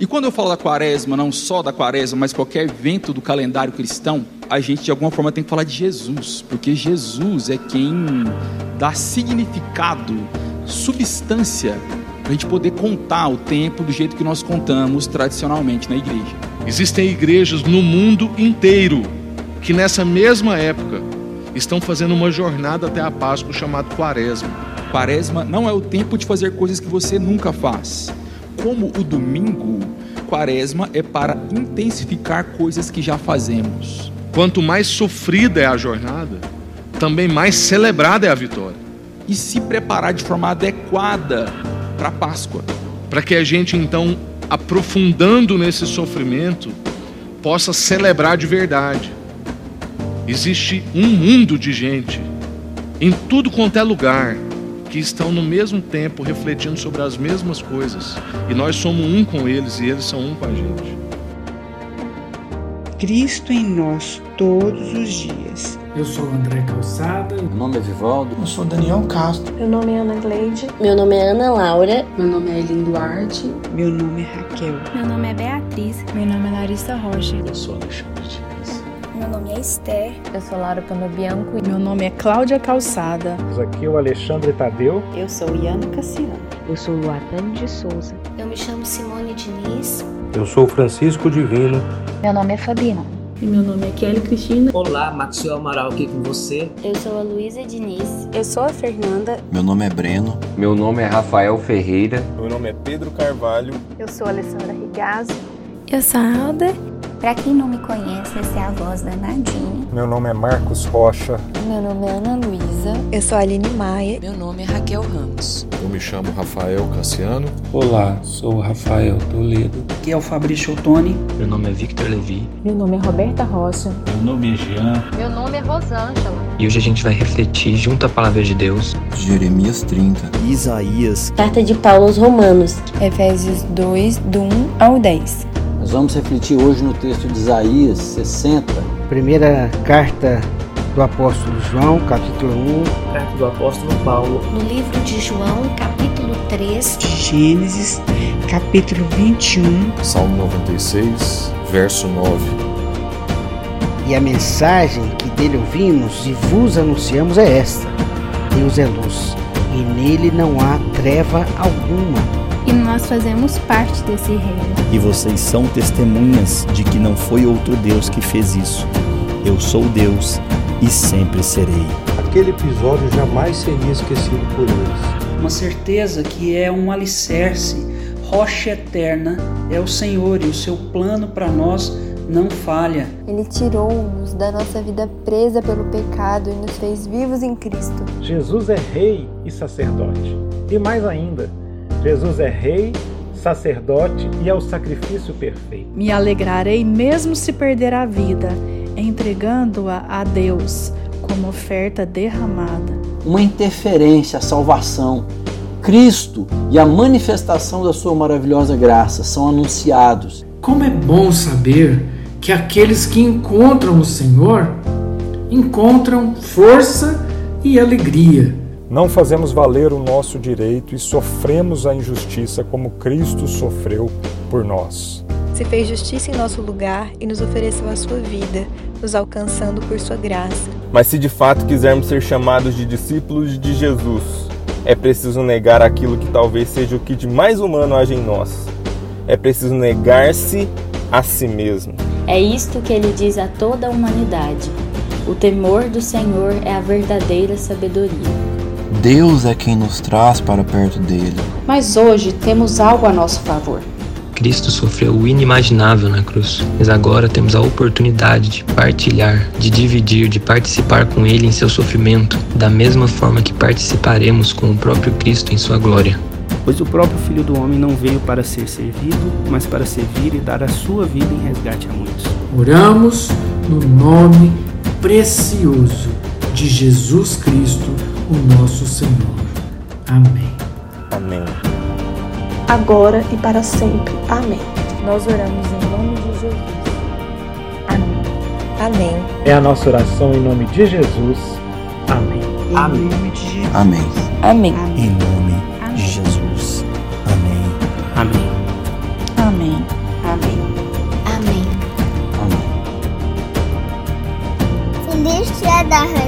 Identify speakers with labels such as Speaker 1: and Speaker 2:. Speaker 1: E quando eu falo da quaresma, não só da quaresma, mas qualquer evento do calendário cristão, a gente de alguma forma tem que falar de Jesus, porque Jesus é quem dá significado, substância, para a gente poder contar o tempo do jeito que nós contamos tradicionalmente na igreja.
Speaker 2: Existem igrejas no mundo inteiro que nessa mesma época estão fazendo uma jornada até a Páscoa chamada Quaresma.
Speaker 1: Quaresma não é o tempo de fazer coisas que você nunca faz. Como o domingo, quaresma é para intensificar coisas que já fazemos.
Speaker 2: Quanto mais sofrida é a jornada, também mais celebrada é a vitória,
Speaker 1: E se preparar de forma adequada para a Páscoa.
Speaker 2: para que a gente então, aprofundando nesse sofrimento, possa celebrar de verdade. Existe um mundo de gente em tudo quanto é lugar que estão no mesmo tempo refletindo sobre as mesmas coisas, e nós somos um com eles e eles são um com a gente.
Speaker 3: Cristo em nós todos os dias.
Speaker 4: Eu sou André Calçada.
Speaker 5: Meu nome é Vivaldo.
Speaker 6: Eu sou Daniel Castro.
Speaker 7: Meu nome é Ana Gleide.
Speaker 8: Meu nome é Ana Laura.
Speaker 9: Meu nome é Elin Duarte.
Speaker 3: Meu nome é Raquel.
Speaker 10: Meu nome é Beatriz.
Speaker 11: Meu nome é Larissa Rocha.
Speaker 5: Eu sou Alexandre Diniz.
Speaker 10: Meu nome é Esther.
Speaker 8: Eu sou Laura Pano Bianco.
Speaker 11: Meu nome é Cláudia Calçada.
Speaker 6: Aqui é o Alexandre Tadeu.
Speaker 9: Eu sou Iana Cassiano.
Speaker 8: Eu sou Luatan de Souza.
Speaker 10: Eu me chamo é Simone Diniz.
Speaker 6: Eu sou Francisco Divino.
Speaker 8: Meu nome é Fabiana.
Speaker 11: E meu nome é Kelly Cristina.
Speaker 12: Olá, Maxwell Amaral aqui com você.
Speaker 10: Eu sou a Luísa Diniz.
Speaker 8: Eu sou a Fernanda.
Speaker 5: Meu nome é Breno.
Speaker 12: Meu nome é Rafael Ferreira.
Speaker 6: Meu nome é Pedro Carvalho.
Speaker 8: Eu sou a Alessandra Rigazzo.
Speaker 10: Eu sou a Alda. Pra quem não me conhece, essa é a voz da Nadine.
Speaker 6: Meu nome é Marcos Rocha.
Speaker 8: Meu nome é Ana Luísa.
Speaker 11: Eu sou a Aline Maia.
Speaker 9: Meu nome é Raquel Ramos.
Speaker 2: Eu me chamo Rafael Cassiano.
Speaker 6: Olá, sou o Rafael Toledo.
Speaker 3: Aqui é o Fabrício Ottoni.
Speaker 5: Meu nome é Victor Levi.
Speaker 8: Meu nome é Roberta Rocha.
Speaker 6: Meu nome é Jean.
Speaker 8: Meu nome é Rosângela.
Speaker 12: E hoje a gente vai refletir junto à palavra de Deus.
Speaker 5: Jeremias 30.
Speaker 6: Isaías.
Speaker 8: Carta de Paulo aos Romanos.
Speaker 11: Efésios 2, do 1 ao 10.
Speaker 5: Nós vamos refletir hoje no texto de Isaías 60.
Speaker 6: Primeira carta do apóstolo João, capítulo um.
Speaker 12: Carta do apóstolo Paulo.
Speaker 10: No livro de João, capítulo 3,
Speaker 3: Gênesis, capítulo 21.
Speaker 2: 1. Salmo 96, verso 9.
Speaker 6: 1. E a mensagem que dele ouvimos e vos anunciamos é esta: Deus é luz, e nele não há treva alguma.
Speaker 10: e nós fazemos parte desse reino.
Speaker 13: E vocês são testemunhas de que não foi outro Deus que fez isso. Eu sou Deus e sempre serei.
Speaker 6: Aquele episódio jamais seria esquecido por eles.
Speaker 12: Uma certeza que é um alicerce, rocha eterna, é o Senhor e o seu plano para nós não falha.
Speaker 8: Ele tirou-nos da nossa vida presa pelo pecado e nos fez vivos em Cristo.
Speaker 6: Jesus é rei e sacerdote. E mais ainda, Jesus é rei, sacerdote e é o sacrifício perfeito.
Speaker 11: Me alegrarei mesmo se perder a vida, entregando-a a Deus como oferta derramada.
Speaker 5: Uma interferência, a salvação. Cristo e a manifestação da sua maravilhosa graça são anunciados.
Speaker 4: Como é bom saber que aqueles que encontram o Senhor encontram força e alegria.
Speaker 6: Não fazemos valer o nosso direito e sofremos a injustiça como Cristo sofreu por nós.
Speaker 11: Se fez justiça em nosso lugar e nos ofereceu a sua vida, nos alcançando por sua graça.
Speaker 6: Mas se de fato quisermos ser chamados de discípulos de Jesus, é preciso negar aquilo que talvez seja o que de mais humano haja em nós. É preciso negar-se a si mesmo.
Speaker 8: É isto que ele diz a toda a humanidade. O temor do Senhor é a verdadeira sabedoria.
Speaker 5: Deus é quem nos traz para perto dele.
Speaker 9: Mas hoje temos algo a nosso favor.
Speaker 12: Cristo sofreu o inimaginável na cruz, mas agora temos a oportunidade de partilhar, de dividir, de participar com Ele em seu sofrimento, da mesma forma que participaremos com o próprio Cristo em sua glória.
Speaker 13: Pois o próprio Filho do Homem não veio para ser servido, mas para servir e dar a sua vida em resgate a muitos.
Speaker 4: Oramos no nome precioso de Jesus Cristo, o nosso Senhor. Amém.
Speaker 6: Amém.
Speaker 7: Agora e para sempre. Amém.
Speaker 8: Nós oramos em nome de Jesus.
Speaker 11: Amém.
Speaker 6: É a nossa oração em nome de Jesus. Amém.
Speaker 3: Em
Speaker 12: Amém.
Speaker 3: nome de Jesus.
Speaker 5: Amém.
Speaker 8: Amém.
Speaker 13: Em nome de Jesus. Amém.
Speaker 11: Amém.
Speaker 14: é da
Speaker 10: um